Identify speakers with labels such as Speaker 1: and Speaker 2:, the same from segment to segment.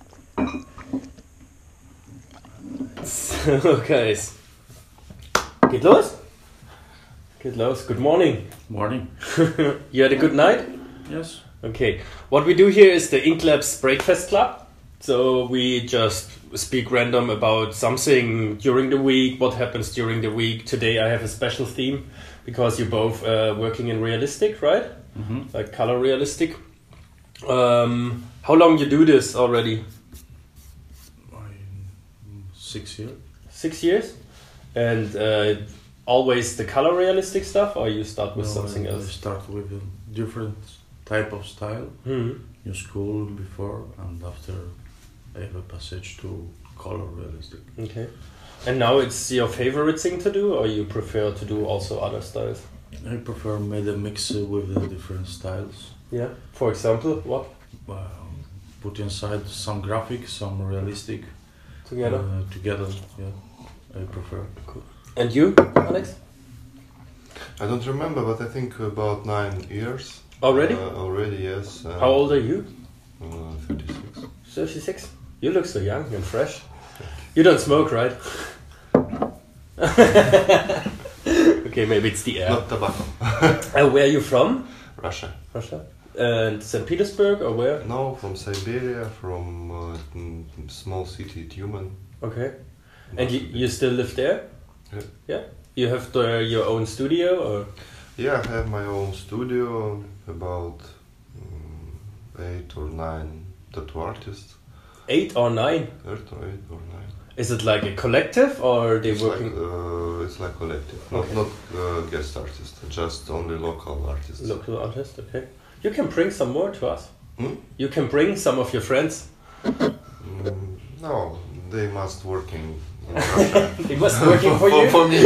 Speaker 1: So, Oh, guys. Geht los? Geht los. Good morning.
Speaker 2: Morning.
Speaker 1: You had a good night?
Speaker 2: Yes.
Speaker 1: Okay. What we do here is the Inklabs Breakfast Club. So we just speak random about something during the week, what happens during the week. Today I have a special theme because you're both uh, working in realistic, right?
Speaker 2: Mhm.
Speaker 1: Like color realistic. Um, how long you do this already?
Speaker 2: I'm six years.
Speaker 1: Six years? And uh, always the color realistic stuff or you start with
Speaker 2: No,
Speaker 1: something
Speaker 2: I- I
Speaker 1: else?
Speaker 2: start with a different type of style.
Speaker 1: Hmm.
Speaker 2: New school before and after I have a passage to color realistic.
Speaker 1: Okay. And now it's your favorite thing to do, or you prefer to do also other styles?
Speaker 2: I prefer made a mix with the different styles.
Speaker 1: Yeah. For example, what
Speaker 2: Um, put inside some graphic, some realistic
Speaker 1: together?
Speaker 2: uh, together. Yeah, I prefer.
Speaker 1: And you, Alex?
Speaker 3: I don't remember, but I think about nine years.
Speaker 1: Already?
Speaker 3: Uh, already, yes. Uh,
Speaker 1: Oh, How old are you?
Speaker 3: Uh, 36.
Speaker 1: 36. You look so young and fresh. You don't smoke, right? okay, maybe it's the air.
Speaker 3: Not tobacco.
Speaker 1: Uh, where are you from?
Speaker 3: Russia.
Speaker 1: Russia. And St. Petersburg, or where?
Speaker 3: No, from Siberia, from uh, mm, small city Tumen.
Speaker 1: Okay. And you, you still live there?
Speaker 3: Yeah.
Speaker 1: Yeah. You have the, your own studio, or?
Speaker 3: Yeah, I have my own studio, about mm, eight or nine tattoo artists.
Speaker 1: Eight or nine?
Speaker 3: Eight or eight or nine.
Speaker 1: Is it like a collective or are they
Speaker 3: It's like,
Speaker 1: working
Speaker 3: uh, it's like collective, not,
Speaker 1: Okay.
Speaker 3: not uh, guest artists, just only local artists.
Speaker 1: local artist? Okay, you can bring some more to us.
Speaker 3: Hmm?
Speaker 1: You can bring some of your friends.
Speaker 3: Mm, no, they must working in Russia.
Speaker 1: They must working for you,
Speaker 3: for me.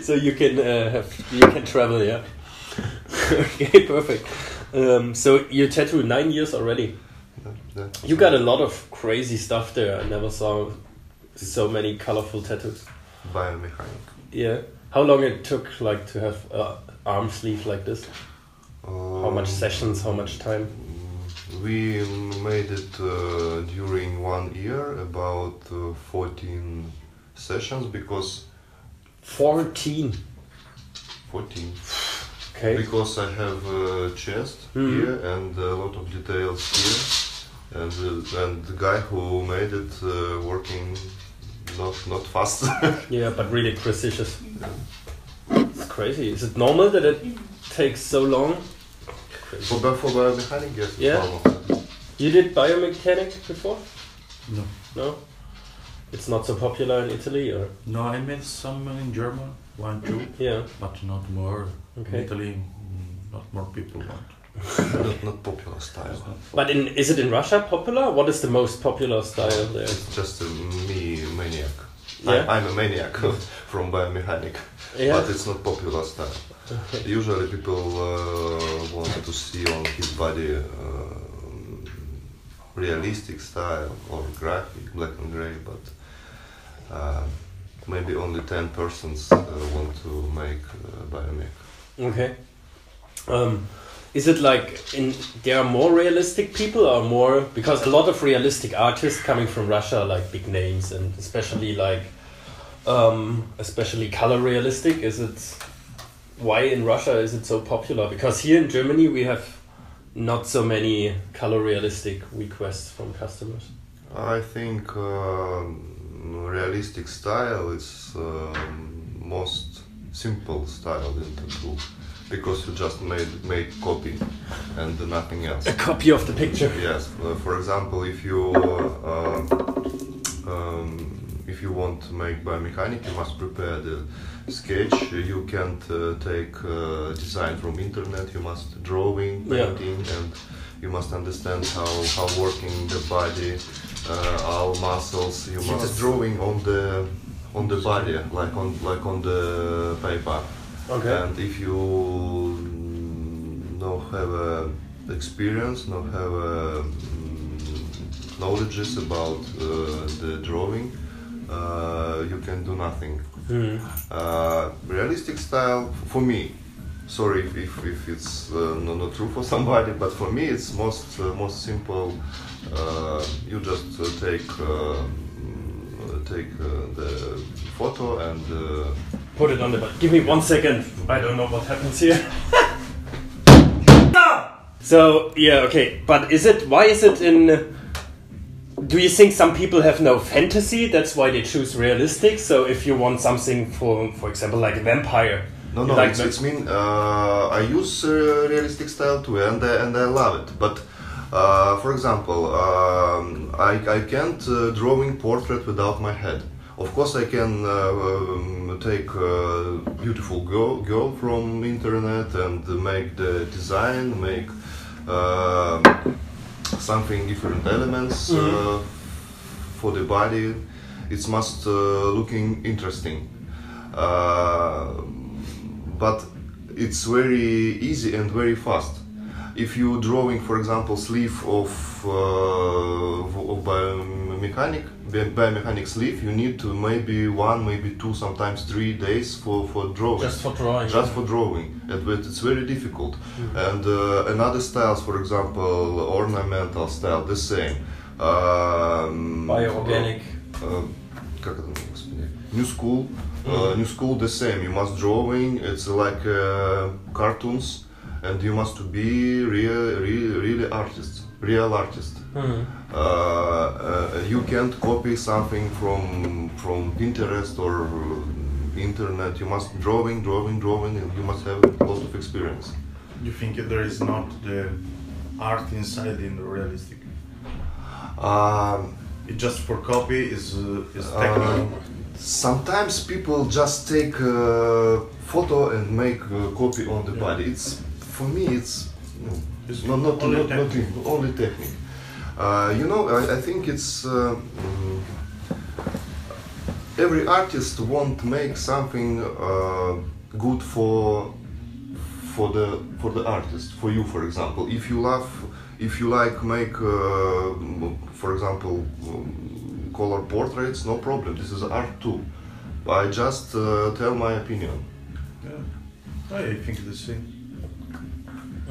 Speaker 1: so you can uh, have you can travel. Yeah. okay, perfect. Um, so you tattoo nine years already.
Speaker 3: That- that-
Speaker 1: You got a lot of crazy stuff there. I never saw so many colorful tattoos.
Speaker 3: biomechanic.
Speaker 1: Yeah. How long it took like to have a arm sleeve like this? How
Speaker 3: Um,
Speaker 1: much sessions? How much time?
Speaker 3: mm, We made it uh, during one year, about uh, 14 sessions because
Speaker 1: Fourteen.
Speaker 3: 14
Speaker 1: Okay.
Speaker 3: because I have a chest
Speaker 1: Mhm.
Speaker 3: here and a lot of details here, and uh, and the guy who made it uh, working not not fast.
Speaker 1: Yeah, but really precious. It's crazy. Is it normal that it takes so long?
Speaker 3: for bi- for biomechanic, yes. it's
Speaker 1: Yeah.
Speaker 3: normal.
Speaker 1: You did biomechanics before?
Speaker 2: No.
Speaker 1: No? It's not so popular in Italy or
Speaker 2: No, I made some in German, one, two,
Speaker 1: yeah.
Speaker 2: but not more.
Speaker 1: Okay.
Speaker 2: In Italy, mm, not more people want.
Speaker 3: not not popular style.
Speaker 1: But in is it in Russia popular? What is the most popular style there?
Speaker 3: It's just a me maniac.
Speaker 1: Yeah.
Speaker 3: I, I'm a maniac from biomechanic,
Speaker 1: Yeah.
Speaker 3: but it's not popular style. Usually people uh, want to see on his body um realistic style or graphic, black and gray, but uh, maybe only 10 persons uh, want to make uh, biomech.
Speaker 1: Okay. Um is it like in there are more realistic people or more because a lot of realistic artists coming from Russia are like big names and especially like um especially color realistic is it why in Russia is it so popular because here in Germany we have not so many color realistic requests from customers
Speaker 3: I think um, realistic style is um, most simple style in tattoo because you just made made copy and nothing else.
Speaker 1: a copy of the picture
Speaker 3: Yes. uh, For example, if you uh, um, if you want to make biomechanic, you must prepare the sketch. You can't uh, take uh, design from internet. You must drawing,
Speaker 1: Yeah.
Speaker 3: painting, and you must understand how how working the body, uh, all muscles. You
Speaker 1: You
Speaker 3: must
Speaker 1: just-
Speaker 3: drawing on the on the body, like on like on the paper.
Speaker 1: okay
Speaker 3: And if you mm, no have a experience, no have a mm, knowledges about uh, the drawing, uh, you can do nothing.
Speaker 1: Hmm.
Speaker 3: Uh, realistic style for me. Sorry if, if, if it's uh, no, not true for somebody, but for me it's most uh, most simple uh, you just uh, take uh, mm, uh, take uh, the photo and uh,
Speaker 1: Put it on the button. Give me one second. I don't know what happens here. so yeah, okay. But is it? Why is it in? Do you think some people have no fantasy? That's why they choose realistic. So if you want something for, for example, like a vampire,
Speaker 3: no
Speaker 1: you
Speaker 3: no
Speaker 1: like
Speaker 3: it's, it's mean uh, I use uh, realistic style too and I, and I love it but. Uh, for example, um, I, I can't uh, drawing portrait without my head. Of course, I can uh, um, take uh, beautiful girl, girl from internet and make the design, make uh, something different elements uh, for the body. It must uh, looking interesting. Uh, but it's very easy and very fast. If you drawing, for example, sleeve of, uh, of biomechanic, bi- biomechanic sleeve, you need to maybe one, maybe two, sometimes three days for, for drawing.
Speaker 1: just for drawing.
Speaker 3: Just for drawing, and but it's very difficult. And uh, another styles, for example, ornamental style, the same. Um,
Speaker 1: bioorganic.
Speaker 3: uh, как это, господи, New School, uh, New School the same, you must drawing, it's like uh, cartoons, and you must to be real, real, really artist, real artist.
Speaker 1: Mhm.
Speaker 3: Uh, uh, you can't copy something from from Pinterest or internet. You must drawing, drawing, drawing, and you must have a lot of experience.
Speaker 2: You think there is not the art inside in the realistic?
Speaker 3: Um,
Speaker 2: It just for copy is uh, is
Speaker 3: Uh,
Speaker 2: technical.
Speaker 3: sometimes people just take a photo and make a copy on the
Speaker 2: Yeah.
Speaker 3: body. It's for me, it's no,
Speaker 2: It's
Speaker 3: no, not
Speaker 2: only
Speaker 3: not, not
Speaker 2: technique.
Speaker 3: only technique. Uh, you know, I, I think it's uh, mm, every artist want make something uh, good for for the for the artist for you for example if you love if you like make uh, m- for example um, color portraits no problem this is art too i just uh, tell my opinion
Speaker 2: yeah. I think the same.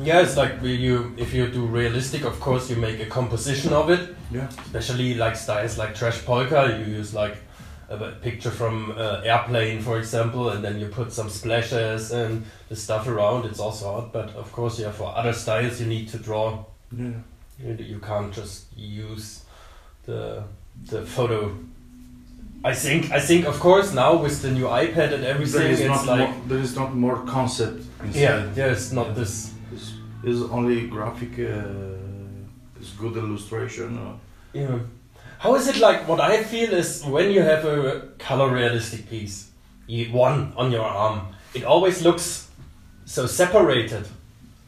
Speaker 1: Yeah, it's like we- you if you do realistic, of course you make a composition of it.
Speaker 2: Yeah.
Speaker 1: especially like styles like trash polka you use like a b- picture from uh, airplane for example and then you put some splashes and the stuff around it's also art but of course yeah for other styles you need to draw
Speaker 2: Yeah.
Speaker 1: you, you can't just use the the photo i think i think of course now with the new ipad and everything
Speaker 2: There is,
Speaker 1: it's
Speaker 2: not
Speaker 1: like
Speaker 2: more, there is not more concept inside.
Speaker 1: yeah there's not this
Speaker 2: It's, it's only graphic. Uh, it's good illustration. Uh,
Speaker 1: Yeah. How is it like? What I feel is when you have a color realistic piece, you, one on your arm, it always looks so separated.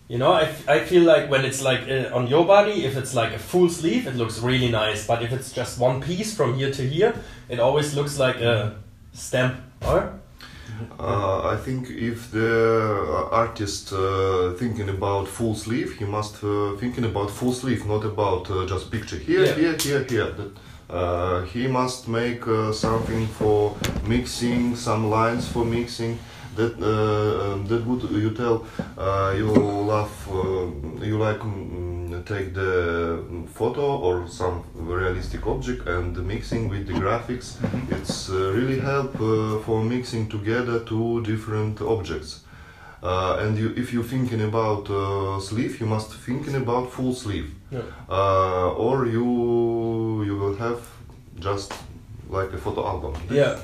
Speaker 1: You know, I, f- I feel like when it's like uh, on your body, if it's like a full sleeve, it looks really nice. But if it's just one piece from here to here, it always looks like a stamp. Or
Speaker 3: Uh, I think if the uh, artist uh, thinking about full sleeve, he must uh, thinking about full sleeve, not about uh, just picture here,
Speaker 1: Yeah.
Speaker 3: here, here, here. That, uh, he must make uh, something for mixing, some lines for mixing. That uh, um, that would you tell uh, you love uh, you like mm, take the mm, photo or some realistic object and mixing with the graphics it's uh, really help uh, for mixing together two different objects. Uh, and you, if you're thinking about uh, sleeve, you must thinking about full sleeve,
Speaker 1: Yeah.
Speaker 3: uh, or you you will have just like a photo album.
Speaker 1: yeah,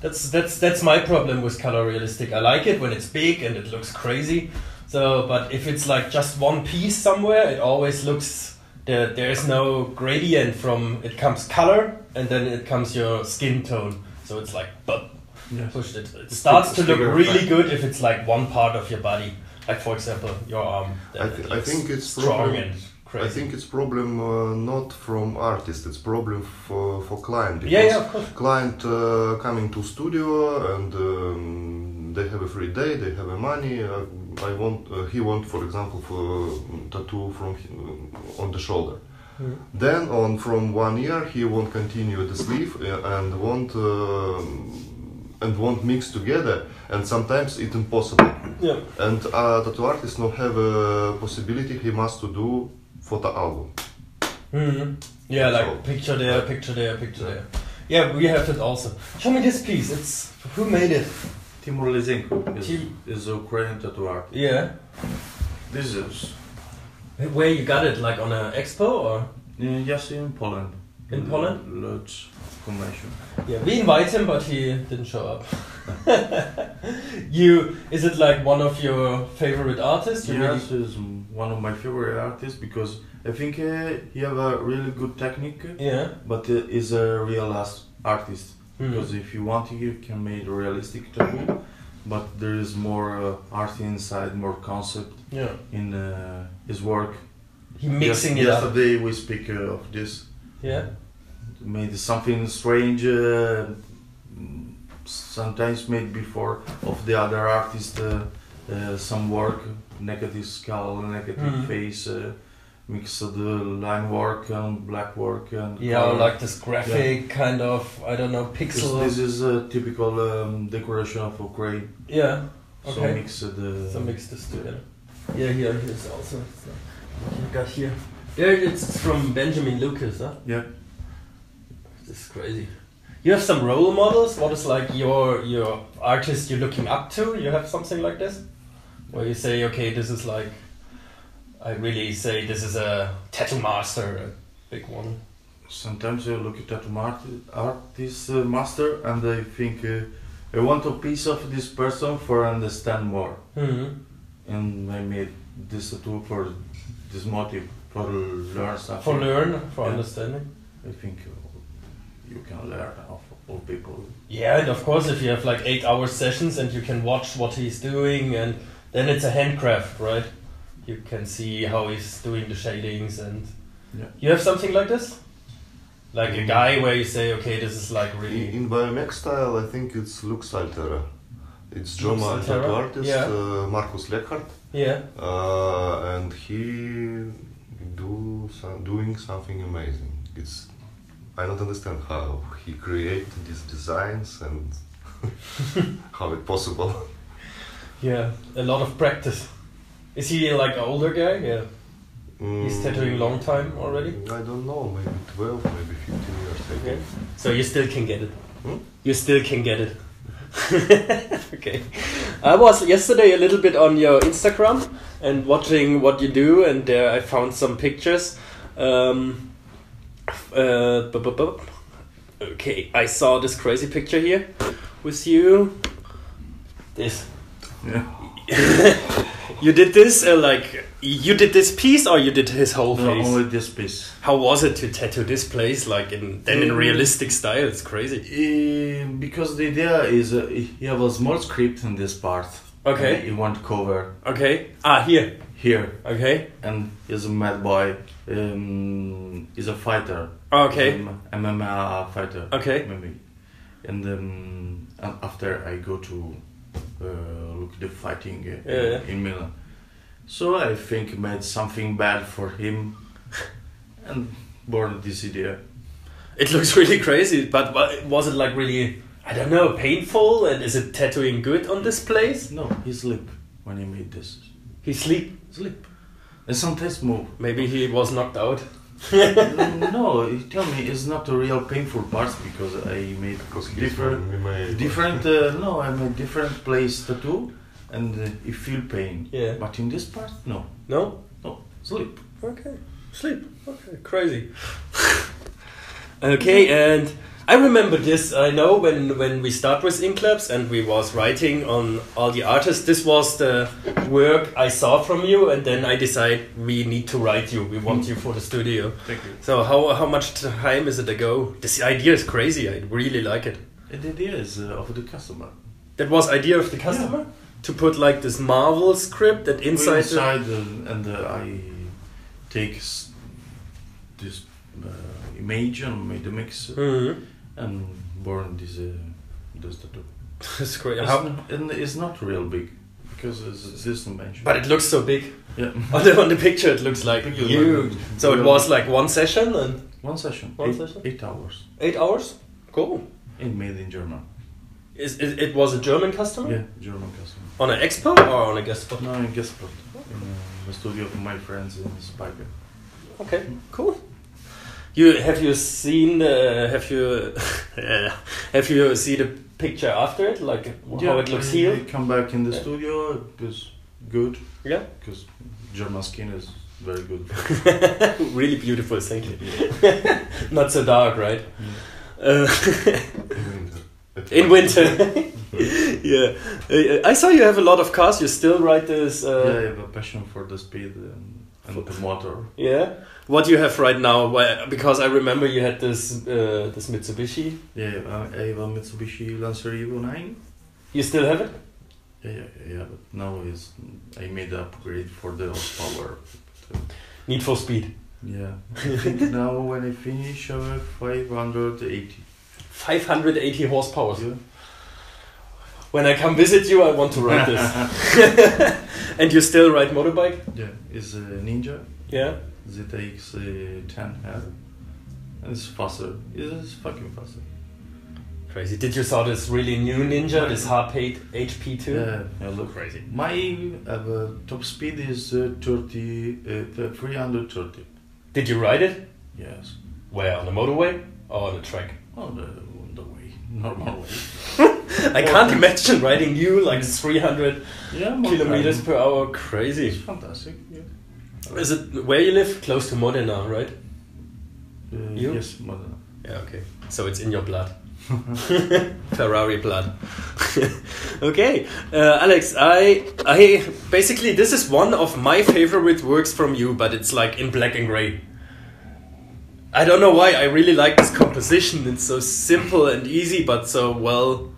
Speaker 1: that's that's that's my problem with color realistic. I like it when it's big and it looks crazy. So, but if it's like just one piece somewhere, it always looks there. There is no gradient from it comes color and then it comes your skin tone. So it's like but
Speaker 2: yeah.
Speaker 1: pushed it. It starts to look
Speaker 2: bigger
Speaker 1: really
Speaker 2: effect.
Speaker 1: good if it's like one part of your body, like for example your arm. Then
Speaker 3: I,
Speaker 1: it
Speaker 3: th- I
Speaker 1: looks
Speaker 3: think it's
Speaker 1: strong
Speaker 3: problem-
Speaker 1: and crazy.
Speaker 3: I think it's problem uh, not from artist. It's problem for for
Speaker 1: yeah,
Speaker 3: client. because
Speaker 1: yeah, of course.
Speaker 3: client uh, coming to studio and um, they have a free day they have a money uh, i want uh, he want for example for tattoo from hi- uh, on the shoulder
Speaker 1: Mm.
Speaker 3: then on from one year he won't continue the sleeve uh, and won't um and won't mix together and sometimes it's impossible
Speaker 1: Yeah.
Speaker 3: and uh, tattoo artist not have a possibility he must to do photo album
Speaker 1: hmm Yeah, like
Speaker 3: So-
Speaker 1: picture there, picture there, picture there. Yeah, we have it also. Show me this piece. It's who made it?
Speaker 2: Timur Lysenko is,
Speaker 1: Tim-
Speaker 2: is a Ukrainian tattoo artist.
Speaker 1: Yeah.
Speaker 2: This is
Speaker 1: Where you got it? Like on an expo or?
Speaker 2: uh, just in Poland.
Speaker 1: In
Speaker 2: the
Speaker 1: Poland?
Speaker 2: Lodz convention.
Speaker 1: Yeah, we invite him, but he didn't show up. you is it like one of your favorite artists? You really-
Speaker 2: Yes, is one of my favorite artists because I think uh, he have a really good technique,
Speaker 1: Yeah.
Speaker 2: but uh, is a real as- artist.
Speaker 1: Hmm.
Speaker 2: Because if you want, you can make realistic tattoo, but there is more uh, art inside, more concept
Speaker 1: Yeah.
Speaker 2: in uh, his work.
Speaker 1: He mixing
Speaker 2: Yes-
Speaker 1: it up.
Speaker 2: Yesterday we speak uh, of this.
Speaker 1: Yeah.
Speaker 2: Made something strange. Uh, sometimes made before of the other artist uh, uh, some work, negative skull, negative
Speaker 1: Mhm.
Speaker 2: face, uh, mixed uh, line work and black work and
Speaker 1: Yeah, or
Speaker 2: color.
Speaker 1: like this graphic kind of I don't know
Speaker 2: This-
Speaker 1: pixel.
Speaker 2: This is a typical um, decoration of Ukraine.
Speaker 1: yeah.
Speaker 2: So
Speaker 1: Okay.
Speaker 2: mixed. Uh,
Speaker 1: So mix this together. Yeah, here, here's also. So, what you got here? Yeah, it's from Benjamin Lucas, huh?
Speaker 2: Yeah.
Speaker 1: This is crazy. You have some role models. What is like your your artist you're looking up to? You have something like this, where you say, okay, this is like, I really say this is a tattoo master, a big one.
Speaker 2: Sometimes I look at an arti- artist uh, master and I think uh, I want a piece of this person for understand more.
Speaker 1: Mm-hmm.
Speaker 2: and I made this tattoo for this motive for learn something.
Speaker 1: For learn, for
Speaker 2: Yeah.
Speaker 1: understanding.
Speaker 2: I think you can learn of all people.
Speaker 1: Yeah, and of course, if you have like eight hour sessions and you can watch what he's doing, and then it's a handcraft, right? You can see how he's doing the shadings, and
Speaker 2: Yeah.
Speaker 1: you have something like this, like a
Speaker 2: Mm.
Speaker 1: guy where you say, okay, this is like
Speaker 3: In,
Speaker 1: really.
Speaker 3: in BMX style, I think it's Lux Altera.
Speaker 1: Lux
Speaker 3: It's German
Speaker 1: Altera,
Speaker 3: tattoo artist
Speaker 1: yeah.
Speaker 3: uh, Markus Leckhardt,
Speaker 1: Yeah,
Speaker 3: uh, and he do some, doing something amazing. It's I don't understand how he created these designs and how it possible.
Speaker 1: yeah, a lot of practice. Is he like an older guy? Yeah. He's
Speaker 3: Mm,
Speaker 1: tattooing long time already?
Speaker 3: I don't know, maybe 12, maybe 15 years. I
Speaker 1: Okay.
Speaker 3: think.
Speaker 1: So you still can get it.
Speaker 3: Hmm?
Speaker 1: You still can get it. okay. I was yesterday a little bit on your Instagram and watching what you do, and there I found some pictures. Um, uh, bu- bu- bu- okay, I saw this crazy picture here with you. This.
Speaker 2: Yeah.
Speaker 1: you did this uh, like you did this piece, or you did his whole
Speaker 2: No,
Speaker 1: face?
Speaker 2: only this piece.
Speaker 1: How was it to tattoo this place like in then in
Speaker 2: Mm.
Speaker 1: realistic style? It's crazy.
Speaker 2: Eh, because the idea is uh, you have a small script in this part.
Speaker 1: Okay.
Speaker 2: And you want cover
Speaker 1: Okay. Ah, here.
Speaker 2: here,
Speaker 1: Okay.
Speaker 2: and he's a mad boy. Um, he's a fighter.
Speaker 1: Okay.
Speaker 2: Um, MMA fighter.
Speaker 1: Okay.
Speaker 2: Maybe. And um, and after I go to uh, look the fighting uh,
Speaker 1: Yeah, yeah.
Speaker 2: in Milan. So I think made something bad for him and born this idea.
Speaker 1: It looks really crazy, but wa- was it like really? I don't know. Painful, and is it tattooing good on this place?
Speaker 2: No, he sleep when he made this.
Speaker 1: He sleep.
Speaker 2: Sleep. And sometimes move.
Speaker 1: Maybe he was knocked out.
Speaker 2: no, he tell me it's not a real painful part because I made
Speaker 3: Because he's
Speaker 2: different
Speaker 3: from MMA.
Speaker 2: different uh, no i'm a different place tattoo and uh, you feel pain
Speaker 1: Yeah.
Speaker 2: but in this part no
Speaker 1: No.
Speaker 2: no sleep
Speaker 1: Okay. Sleep. Okay. Crazy. okay, and I remember this. I know when when we start with Inclabs and we was writing on all the artists. This was the work I saw from you, and then I decide we need to write you. We want you for the studio.
Speaker 2: thank you
Speaker 1: So how how much time is it ago? This idea is crazy. I really like it.
Speaker 2: and the idea is uh, of the customer
Speaker 1: That was idea of the customer to put like this Marvel script and
Speaker 2: inside,
Speaker 1: inside. the-
Speaker 2: inside uh, and uh, i take s- this uh, image and made a mix
Speaker 1: Mhm.
Speaker 2: and born this uh, this tattoo
Speaker 1: That's crazy.
Speaker 2: it's
Speaker 1: How-
Speaker 2: not, and it's not real big because it's this dimension
Speaker 1: but it looks so big.
Speaker 2: yeah
Speaker 1: On the, on the picture, it looks like
Speaker 2: Picture like-
Speaker 1: huge. So it
Speaker 2: Yeah.
Speaker 1: was like one session and
Speaker 2: one session
Speaker 1: One
Speaker 2: eight,
Speaker 1: session?
Speaker 2: eight hours
Speaker 1: eight hours. Cool.
Speaker 2: and made in german
Speaker 1: Is it, it was a German customer
Speaker 2: yeah german customer
Speaker 1: on an expo or on a guest spot?
Speaker 2: No, in Gasport, in uh, the studio of my friends in Spiker.
Speaker 1: Okay, cool. You have you seen uh, have you uh, have you seen the picture after it like how it looks
Speaker 2: I-
Speaker 1: here?
Speaker 2: I come back in the
Speaker 1: Yeah.
Speaker 2: studio. It was good.
Speaker 1: Yeah. Uh,
Speaker 2: Because German skin is very good.
Speaker 1: really beautiful, thank you. Not so dark, right? Uh,
Speaker 3: winter.
Speaker 1: in winter. yeah, Uh, I saw you have a lot of cars. You still ride this.
Speaker 2: yeah, I
Speaker 1: Uh,
Speaker 2: have a passion for the speed and, and the motor.
Speaker 1: yeah. What you have right now? Why? Because I remember you had this uh, this Mitsubishi.
Speaker 2: Yeah, I- I have a Mitsubishi Lancer Evo 9.
Speaker 1: You still have it?
Speaker 2: Yeah, yeah, yeah, but now is I made the upgrade for the horsepower.
Speaker 1: Need for Speed.
Speaker 2: Yeah, I think now when I finish, uh, I have 580.
Speaker 1: 580 horsepower.
Speaker 2: Yeah.
Speaker 1: When I come visit you, I want to ride this. and you still ride motorbike?
Speaker 2: Yeah, it's a Ninja
Speaker 1: Yeah.
Speaker 2: ZX uh, 10 L. And it's faster. It's fucking faster.
Speaker 1: Crazy. Did you saw this really new Ninja? This half HP too?
Speaker 2: Yeah, yeah, look.
Speaker 1: Crazy.
Speaker 2: My uh, top speed is uh, 30, uh, th- 330.
Speaker 1: Did you ride it?
Speaker 2: Yes.
Speaker 1: Where on the motorway or on the track?
Speaker 2: On the, on the way, normal way.
Speaker 1: I can't imagine riding you like 300
Speaker 2: Yeah, more
Speaker 1: kilometers
Speaker 2: time.
Speaker 1: per hour.
Speaker 2: It's
Speaker 1: Crazy.
Speaker 2: fantastic. Yeah.
Speaker 1: Is it where you live? Close to Modena, right?
Speaker 2: Uh,
Speaker 1: You?
Speaker 2: Yes, Modena.
Speaker 1: Yeah, okay. So it's in your blood. Ferrari blood. okay, uh, Alex, I, I basically this is one of my favorite works from you, but it's like in black and gray. I don't know why. I really like this composition. It's so simple and easy, but so well.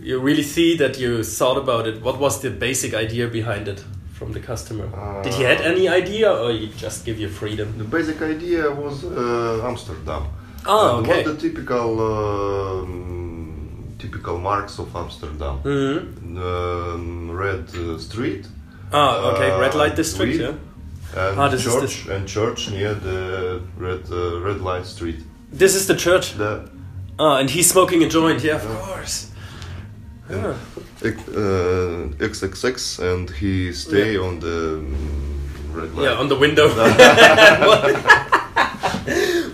Speaker 1: You really see that you thought about it. What was the basic idea behind it from the customer? Did he had any idea, or you just give you freedom?
Speaker 3: The basic idea was uh, Amsterdam.
Speaker 1: Oh,
Speaker 3: And
Speaker 1: okay.
Speaker 3: What the typical um, typical marks of Amsterdam?
Speaker 1: hmm
Speaker 3: Um, red uh, street.
Speaker 1: Ah, okay. Red
Speaker 3: uh,
Speaker 1: light district.
Speaker 3: weed,
Speaker 1: Yeah.
Speaker 3: And
Speaker 1: Ah, this is
Speaker 3: church and church near the red uh, red light street.
Speaker 1: This is the church.
Speaker 3: The
Speaker 1: Ah, and he's smoking a joint. Yeah, of course.
Speaker 3: Yeah.
Speaker 1: Ah,
Speaker 3: uh, XXX and he stay
Speaker 1: Yeah.
Speaker 3: on the mm, red light.
Speaker 1: yeah, on the window.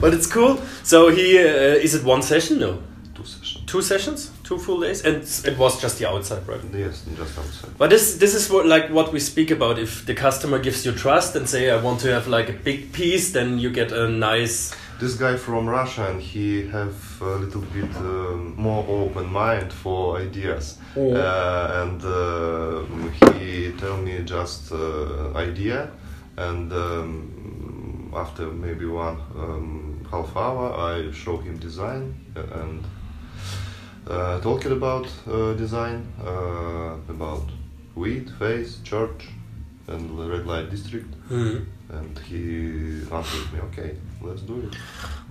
Speaker 1: but it's cool. So he uh, is it one session? No,
Speaker 3: Two sessions.
Speaker 1: two sessions, two full days, and s- it was just the outside, right?
Speaker 3: Yes, just outside.
Speaker 1: But this this is what like what we speak about. If the customer gives you trust and say, "I want to have like a big piece," then you get a nice.
Speaker 3: This guy from Russia and he have a little bit um, more open mind for ideas.
Speaker 1: Mm.
Speaker 3: Uh, and uh, he tell me just uh, idea and um, after maybe one um, half hour I show him design and uh, talking about uh, design, uh, about weed, face, church and red light district.
Speaker 1: Hmm.
Speaker 3: And he answered me, okay, let's do it.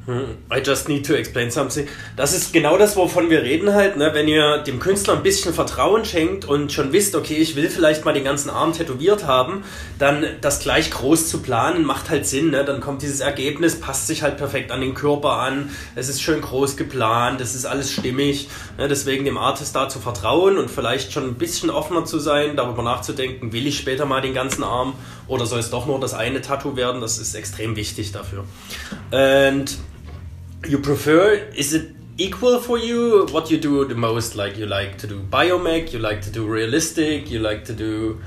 Speaker 1: Hm, I just need to explain something. Das ist genau das, wovon wir reden halt, ne? wenn ihr dem Künstler ein bisschen Vertrauen schenkt und schon wisst, okay, ich will vielleicht mal den ganzen Arm tätowiert haben, dann das gleich groß zu planen macht halt Sinn, ne? dann kommt dieses Ergebnis, passt sich halt perfekt an den Körper an, es ist schön groß geplant, es ist alles stimmig, ne? deswegen dem Artist da zu vertrauen und vielleicht schon ein bisschen offener zu sein, darüber nachzudenken, will ich später mal den ganzen Arm oder soll es doch nur das eine Tattoo werden, das ist extrem wichtig dafür. And you prefer is it equal for you what you do the most like you like to do biomech you like to do realistic you like to do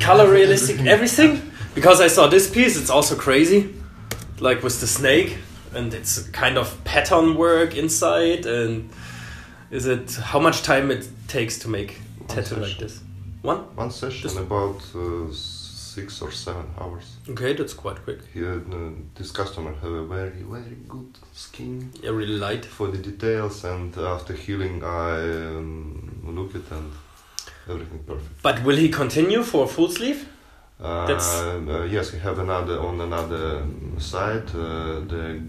Speaker 1: color realistic everything because i saw this piece it's also crazy like with the snake and it's a kind of pattern work inside and is it how much time it takes to make tattoo like
Speaker 3: session.
Speaker 1: this one
Speaker 3: One session
Speaker 1: Just-
Speaker 3: about uh, six or seven hours.
Speaker 1: okay that's quite quick
Speaker 3: He, uh, this customer have a very very good skin
Speaker 1: yeah really light
Speaker 3: for the details, and after healing, I um, look it and everything perfect.
Speaker 1: but will he continue for a full sleeve
Speaker 3: Uh,
Speaker 1: That's-
Speaker 3: uh, yes, he have another on another um, side uh, the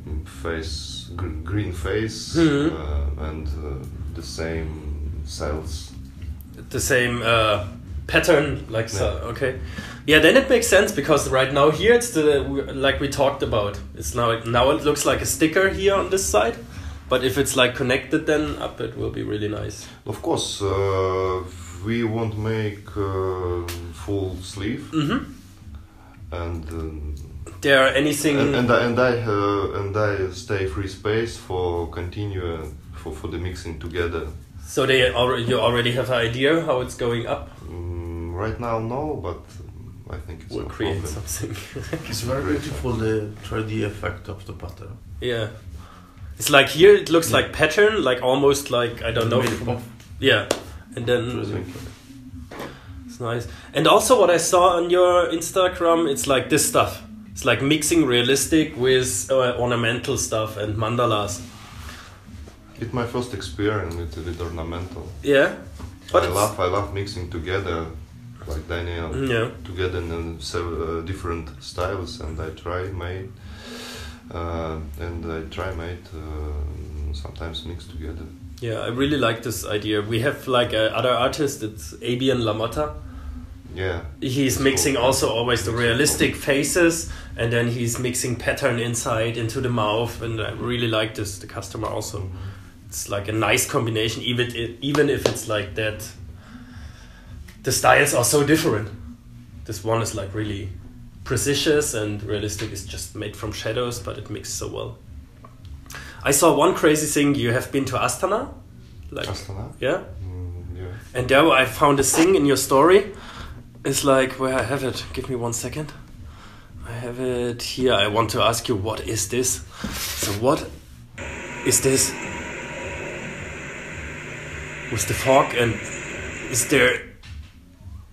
Speaker 3: face gr- green face
Speaker 1: Mhm.
Speaker 3: uh, and uh, the same cells.
Speaker 1: the same uh, pattern like so
Speaker 3: Yeah.
Speaker 1: okay yeah then it makes sense because right now here it's the like we talked about it's now now it looks like a sticker here on this side but if it's like connected then up it will be really nice
Speaker 3: Of course, uh, we won't make uh, full sleeve
Speaker 1: mm-hmm.
Speaker 3: and. Um,
Speaker 1: there anything
Speaker 3: and, and I and I uh, and I stay free space for continue uh, for for the mixing together.
Speaker 1: so they already you already have an idea how it's going up
Speaker 3: Mm, right now, no, but um, I think it's
Speaker 1: we'll
Speaker 3: no
Speaker 1: create
Speaker 3: problem.
Speaker 1: something
Speaker 2: It's very beautiful the 3D effect of the pattern.
Speaker 1: yeah it's like here it looks like pattern like almost like i don't know
Speaker 2: Made
Speaker 1: from-
Speaker 2: of
Speaker 1: yeah and then
Speaker 2: 3D.
Speaker 1: It's nice. And also, what I saw on your Instagram, it's like this stuff. It's like mixing realistic with uh, ornamental stuff and mandalas.
Speaker 3: It's my first experience with, with ornamental.
Speaker 1: Yeah, but
Speaker 3: I
Speaker 1: it's- Mm,
Speaker 3: love I love mixing together, like Daniel,
Speaker 1: Yeah.
Speaker 3: together in several uh, different styles, and I try made, uh, and I try made uh, sometimes mix together.
Speaker 1: yeah, I really like this idea. We have like a other artist. It's Abian Lamotta.
Speaker 3: Yeah.
Speaker 1: He's
Speaker 3: So-
Speaker 1: mixing also always the realistic faces, and then he's mixing pattern inside into the mouth. And I really like this. The customer also. It's like a nice combination, even i- even if it's like that. The styles are so different. This one is like really precise and realistic. It's just made from shadows, but it mixes so well. I saw one crazy thing. You have been to Astana, like
Speaker 3: Astana?
Speaker 1: yeah.
Speaker 3: Mm, yeah.
Speaker 1: And there I found a thing in your story. It's like, where I have it. Give me one second. I have it here. I want to ask you, what is this? So, what is this? With the fog and is there.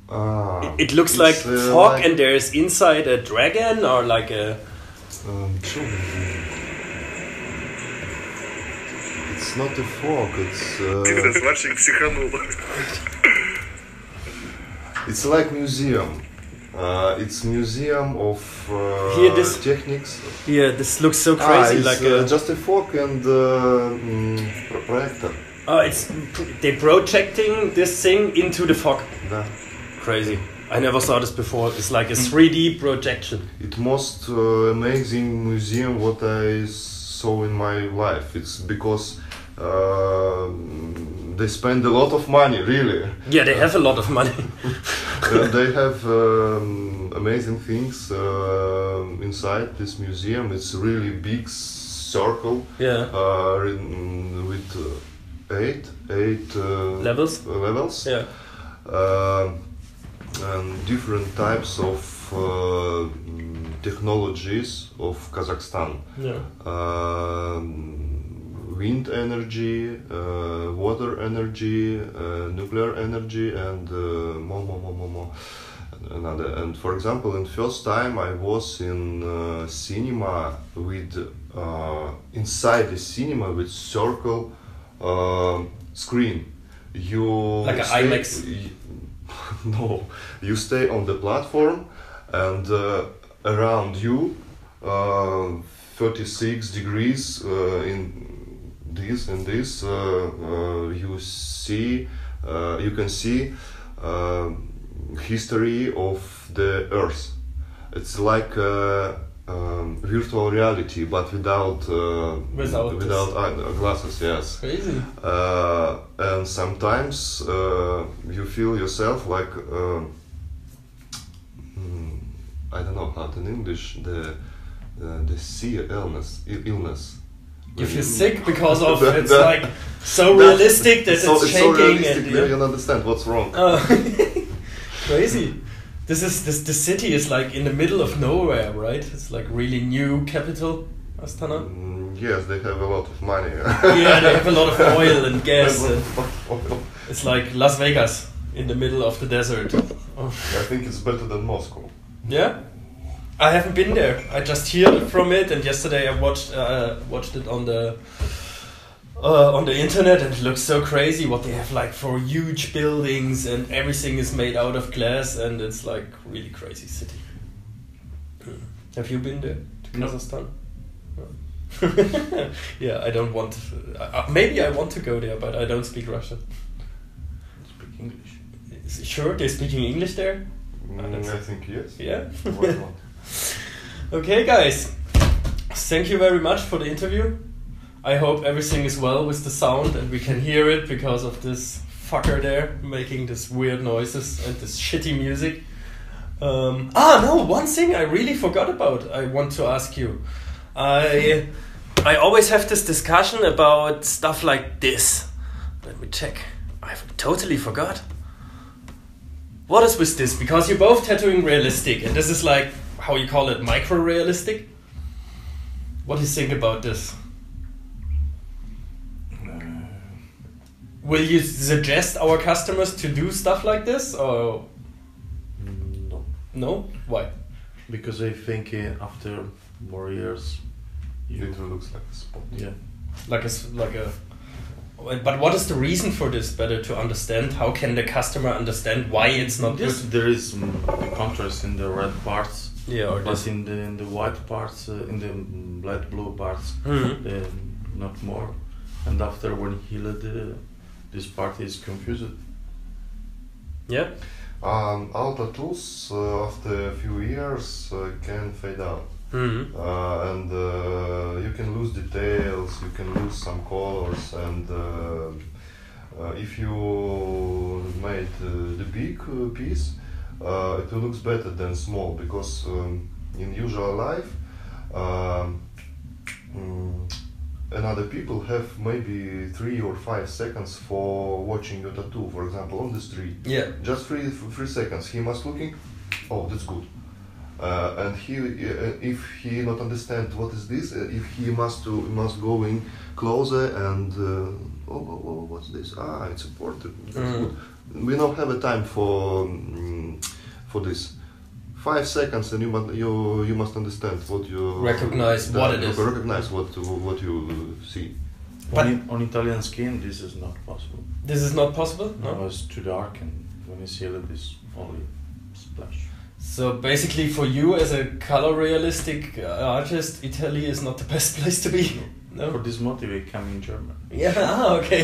Speaker 3: Ah,
Speaker 1: It looks
Speaker 3: it's,
Speaker 1: like
Speaker 3: uh,
Speaker 1: fog
Speaker 3: like,
Speaker 1: and there is inside a dragon or like a.
Speaker 3: Um, it's not a fog. It's uh,
Speaker 4: Сварщик психанул.
Speaker 3: It's like museum. Uh, it's museum of uh,
Speaker 1: Here this-
Speaker 3: techniques.
Speaker 1: Yeah, this looks so
Speaker 3: Ah,
Speaker 1: crazy.
Speaker 3: it's
Speaker 1: like
Speaker 3: uh,
Speaker 1: a.
Speaker 3: just a fork and uh, mm, pro- projector.
Speaker 1: oh, it's. They're projecting this thing into the fog.
Speaker 3: Yeah.
Speaker 1: Crazy. I never saw this before. It's like a
Speaker 3: Mm.
Speaker 1: 3D projection.
Speaker 3: It most uh, amazing museum what I saw in my life. It's because uh, they spend a lot of money, really.
Speaker 1: Yeah, they have a lot of money.
Speaker 3: Uh, they have um, amazing things uh, inside this museum. It's really big circle.
Speaker 1: yeah.
Speaker 3: uh, in- with uh, eight eight uh,
Speaker 1: Levels?
Speaker 3: uh, levels
Speaker 1: Yeah.
Speaker 3: Um, and different types of uh, mm, technologies of Kazakhstan
Speaker 1: Yeah.
Speaker 3: Um, wind energy uh, water energy uh, nuclear energy and uh, more more more more more another and for example in first time I was in uh, cinema with uh, inside the cinema with circle uh, screen you
Speaker 1: Like a
Speaker 3: stay-
Speaker 1: IMAX?
Speaker 3: y- no you stay on the platform and uh, around you uh, 36 degrees uh, in this and this uh, uh, you see uh, you can see uh, history of the earth it's like uh, um, virtual reality but without uh,
Speaker 1: Without this.
Speaker 3: without eye- glasses yes
Speaker 1: Crazy.
Speaker 3: uh, and sometimes uh, you feel yourself like uh, mm, I don't know how to in English the uh, the sea illness i- illness.
Speaker 1: You feel sick because of
Speaker 3: That-
Speaker 1: it's
Speaker 3: that-
Speaker 1: like so
Speaker 3: That's-
Speaker 1: realistic that it's,
Speaker 3: so, so
Speaker 1: shaking
Speaker 3: realistic,
Speaker 1: and
Speaker 3: you don't understand what's wrong.
Speaker 1: Oh. crazy. This is this the city is like in the middle of nowhere, right? It's like really new capital, Astana.
Speaker 3: Mm, yes, they have a lot of money.
Speaker 1: Yeah, they have a lot of oil and gas
Speaker 3: A lot
Speaker 1: and-
Speaker 3: of oil.
Speaker 1: It's like Las Vegas in the middle of the desert. Oh.
Speaker 3: I think it's better than Moscow.
Speaker 1: Yeah, I haven't been there. I just hear from it, and yesterday I watched uh, watched it on the uh, on the internet, and it looks so crazy what they have like for huge buildings, and everything is made out of glass, and it's like really crazy city. Have you been there to
Speaker 2: Hmm. No.
Speaker 1: Kazakhstan? No. yeah, I don't want. To, uh, maybe I want to go there, but I don't speak Russian.
Speaker 2: Speak English.
Speaker 1: Sure, they're speaking English there.
Speaker 3: Mm, I think yes.
Speaker 1: Ah, Yeah.
Speaker 3: Why not?
Speaker 1: Okay, guys. Thank you very much for the interview. I hope everything is well with the sound and we can hear it because of this fucker there making this weird noises and this shitty music.
Speaker 4: Um, ah, no, one thing I really forgot about. I want to ask you. I I always have this discussion about stuff like this. Let me check. I totally forgot. What is with this? Because you're both tattooing realistic, and this is like how you call it micro realistic. What do you think about this? Will you suggest our customers to do stuff like this, or
Speaker 2: No,
Speaker 4: no? Why?
Speaker 2: because I think uh, after more years, you
Speaker 3: It looks like a spot.
Speaker 2: yeah.
Speaker 4: like a s- like a but what is the reason for this better to understand how can the customer understand why it's not
Speaker 2: Yes,
Speaker 4: this
Speaker 2: there is mm, contrast in the red parts,
Speaker 4: yeah or
Speaker 2: but in the in the white parts, uh, in the mm, light blue parts,
Speaker 4: Mhm.
Speaker 2: uh, not more. And after when healed, uh, this part is confused.
Speaker 4: yeah
Speaker 3: Um, all tattoos uh, after a few years uh, can fade out.
Speaker 4: mm-hmm.
Speaker 3: Uh, and uh, you can lose details, you can lose some colors, and uh, uh, if you made uh, the big uh, piece, uh, it looks better than small because um, in usual life, um, mm, another people have maybe three or five seconds for watching your tattoo, for example, on the street
Speaker 4: yeah
Speaker 3: just three three seconds he must looking oh that's good uh, and he uh, if he not understand what is this uh, if he must to must go in closer and uh, oh, oh, oh, what's this ah it's important that's
Speaker 4: Mm.
Speaker 3: good. we don't have a time for mm, for this five seconds and you must you you must understand what you
Speaker 4: Recognize what it is.
Speaker 3: recognize what what you see
Speaker 4: But-
Speaker 2: on, I- on Italian skin, this is not possible.
Speaker 4: this is not possible no
Speaker 2: No, it's too dark, and when it's healed, it's only splash.
Speaker 4: so basically for you as a color realistic uh, artist italy is not the best place to be
Speaker 2: For
Speaker 4: no
Speaker 2: this motive, I come in German.
Speaker 4: yeah ah, okay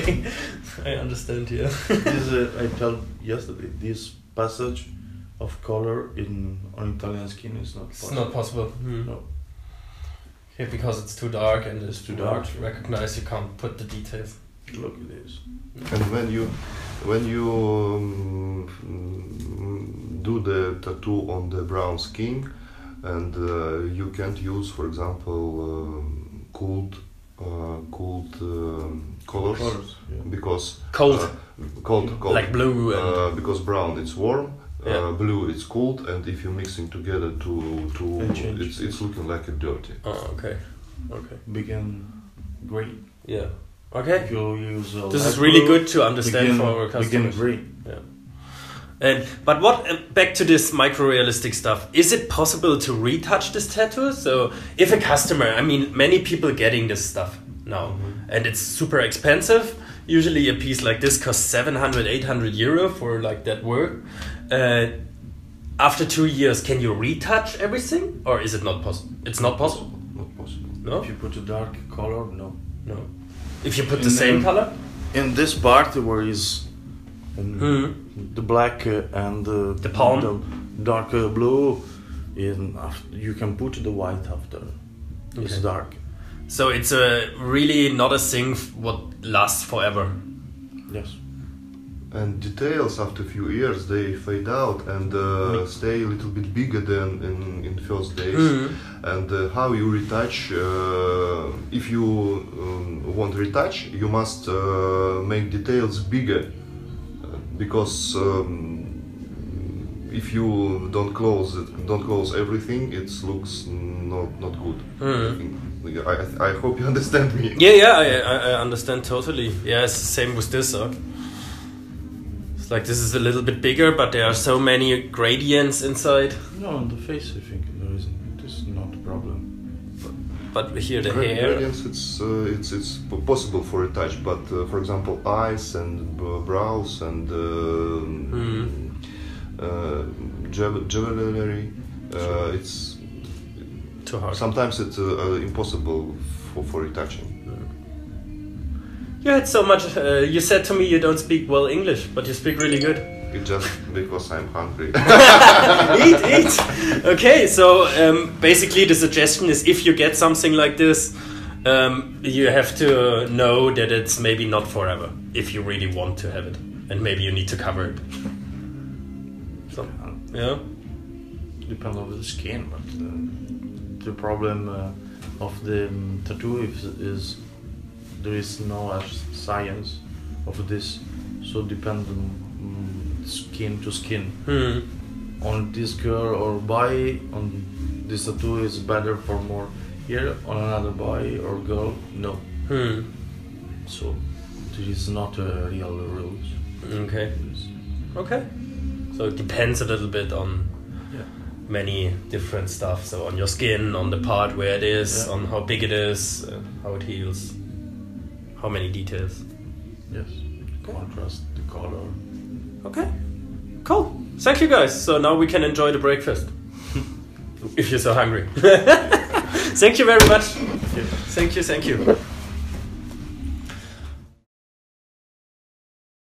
Speaker 4: i understand yeah
Speaker 2: this uh, I told yesterday. This passage of color in on Italian skin is not
Speaker 4: it's
Speaker 2: possible.
Speaker 4: not possible Hmm.
Speaker 2: No.
Speaker 4: yeah, because it's too dark and
Speaker 2: It's too dark.
Speaker 4: to recognize you can't put the details
Speaker 2: Look at this.
Speaker 3: And when you when you um, mm, do the tattoo on the brown skin, and uh, you can't use, for example, um, cold uh, cold um, colors
Speaker 2: yeah.
Speaker 3: because
Speaker 1: Cold.
Speaker 3: uh, cold cold
Speaker 1: Like blue and
Speaker 3: uh, because brown it's warm.
Speaker 1: Yeah.
Speaker 3: Uh, blue it's cold and if you mixing together to to
Speaker 2: It change.
Speaker 3: it's it's looking like a dirty
Speaker 1: oh, okay, okay,
Speaker 2: Begin gray.
Speaker 1: yeah, okay.
Speaker 2: If you use a
Speaker 1: This is
Speaker 2: light
Speaker 1: really
Speaker 2: blue,
Speaker 1: good to understand
Speaker 2: begin,
Speaker 1: for our
Speaker 2: Begin
Speaker 1: customers.
Speaker 2: gray.
Speaker 1: And but what uh, back to this micro realistic stuff? Is it possible to retouch this tattoo? So if a customer, I mean, many people getting this stuff now, and it's super expensive. Usually a piece like this costs 700, 800 euro for like that work. Uh, after two years, can you retouch everything, or is it not possible? It's not possible.
Speaker 3: not possible
Speaker 1: No,
Speaker 2: If you put a dark color, no.
Speaker 1: no. If you put the
Speaker 2: In,
Speaker 1: same
Speaker 2: um,
Speaker 1: color,
Speaker 2: In this part where is um,
Speaker 1: Mhm.
Speaker 2: the black uh, and uh,
Speaker 1: The palm.
Speaker 2: the dark uh, blue, in after, you can put the white after. It's
Speaker 1: Okay.
Speaker 2: dark.
Speaker 1: so it's a really not a thing f- what lasts forever.
Speaker 2: Yes.
Speaker 3: and details after few years they fade out and uh, stay a little bit bigger than in, in first days
Speaker 1: Mm-hmm.
Speaker 3: and uh, how you retouch uh, if you um, want retouch you must uh, make details bigger uh, because um, if you don't close it, don't close everything it looks not not good
Speaker 1: Mhm.
Speaker 3: I, think- I, I hope you understand me
Speaker 1: Yeah, yeah, I, I, I understand totally. Yeah, it's the same with this. Huh? It's like this is a little bit bigger, but there are so many gradients inside.
Speaker 2: No, on the face, I think there is. It is not a problem.
Speaker 1: But here the
Speaker 3: Gra-
Speaker 1: hair.
Speaker 3: gradients, it's, uh, it's, it's p- possible for a touch, but uh, for example, eyes and b- brows and
Speaker 1: Hmm.
Speaker 3: um, uh, jewel- jewelry, uh, it's
Speaker 1: Too hard.
Speaker 3: sometimes it's uh, uh, impossible for, for retouching.
Speaker 1: You had so much. Uh, you said to me you don't speak well English, but you speak really good.
Speaker 3: It's just because I'm hungry.
Speaker 1: eat, eat. Okay, so um, basically the suggestion is if you get something like this, um, you have to know that it's maybe not forever if you really want to have it, and maybe you need to cover it. So, yeah.
Speaker 2: depends on the skin, but uh, the problem uh, of the um, tattoo is, is there is no uh, science of this, so depend on mm, skin to skin.
Speaker 1: Hmm.
Speaker 2: On this girl or boy, on this tattoo is better for more here. On another boy or girl, no.
Speaker 1: Hmm.
Speaker 2: So there is not a real rules.
Speaker 1: Okay. Okay. So it depends a little bit on
Speaker 2: Yeah.
Speaker 1: many different stuff. So on your skin, on the part where it is,
Speaker 2: Yeah.
Speaker 1: on how big it is, uh, how it heals, how many details.
Speaker 2: Yes. Contrast, the color.
Speaker 1: Okay. Cool. Thank you guys. So now we can enjoy the breakfast. if you're so hungry. thank you very much. Thank you, thank you.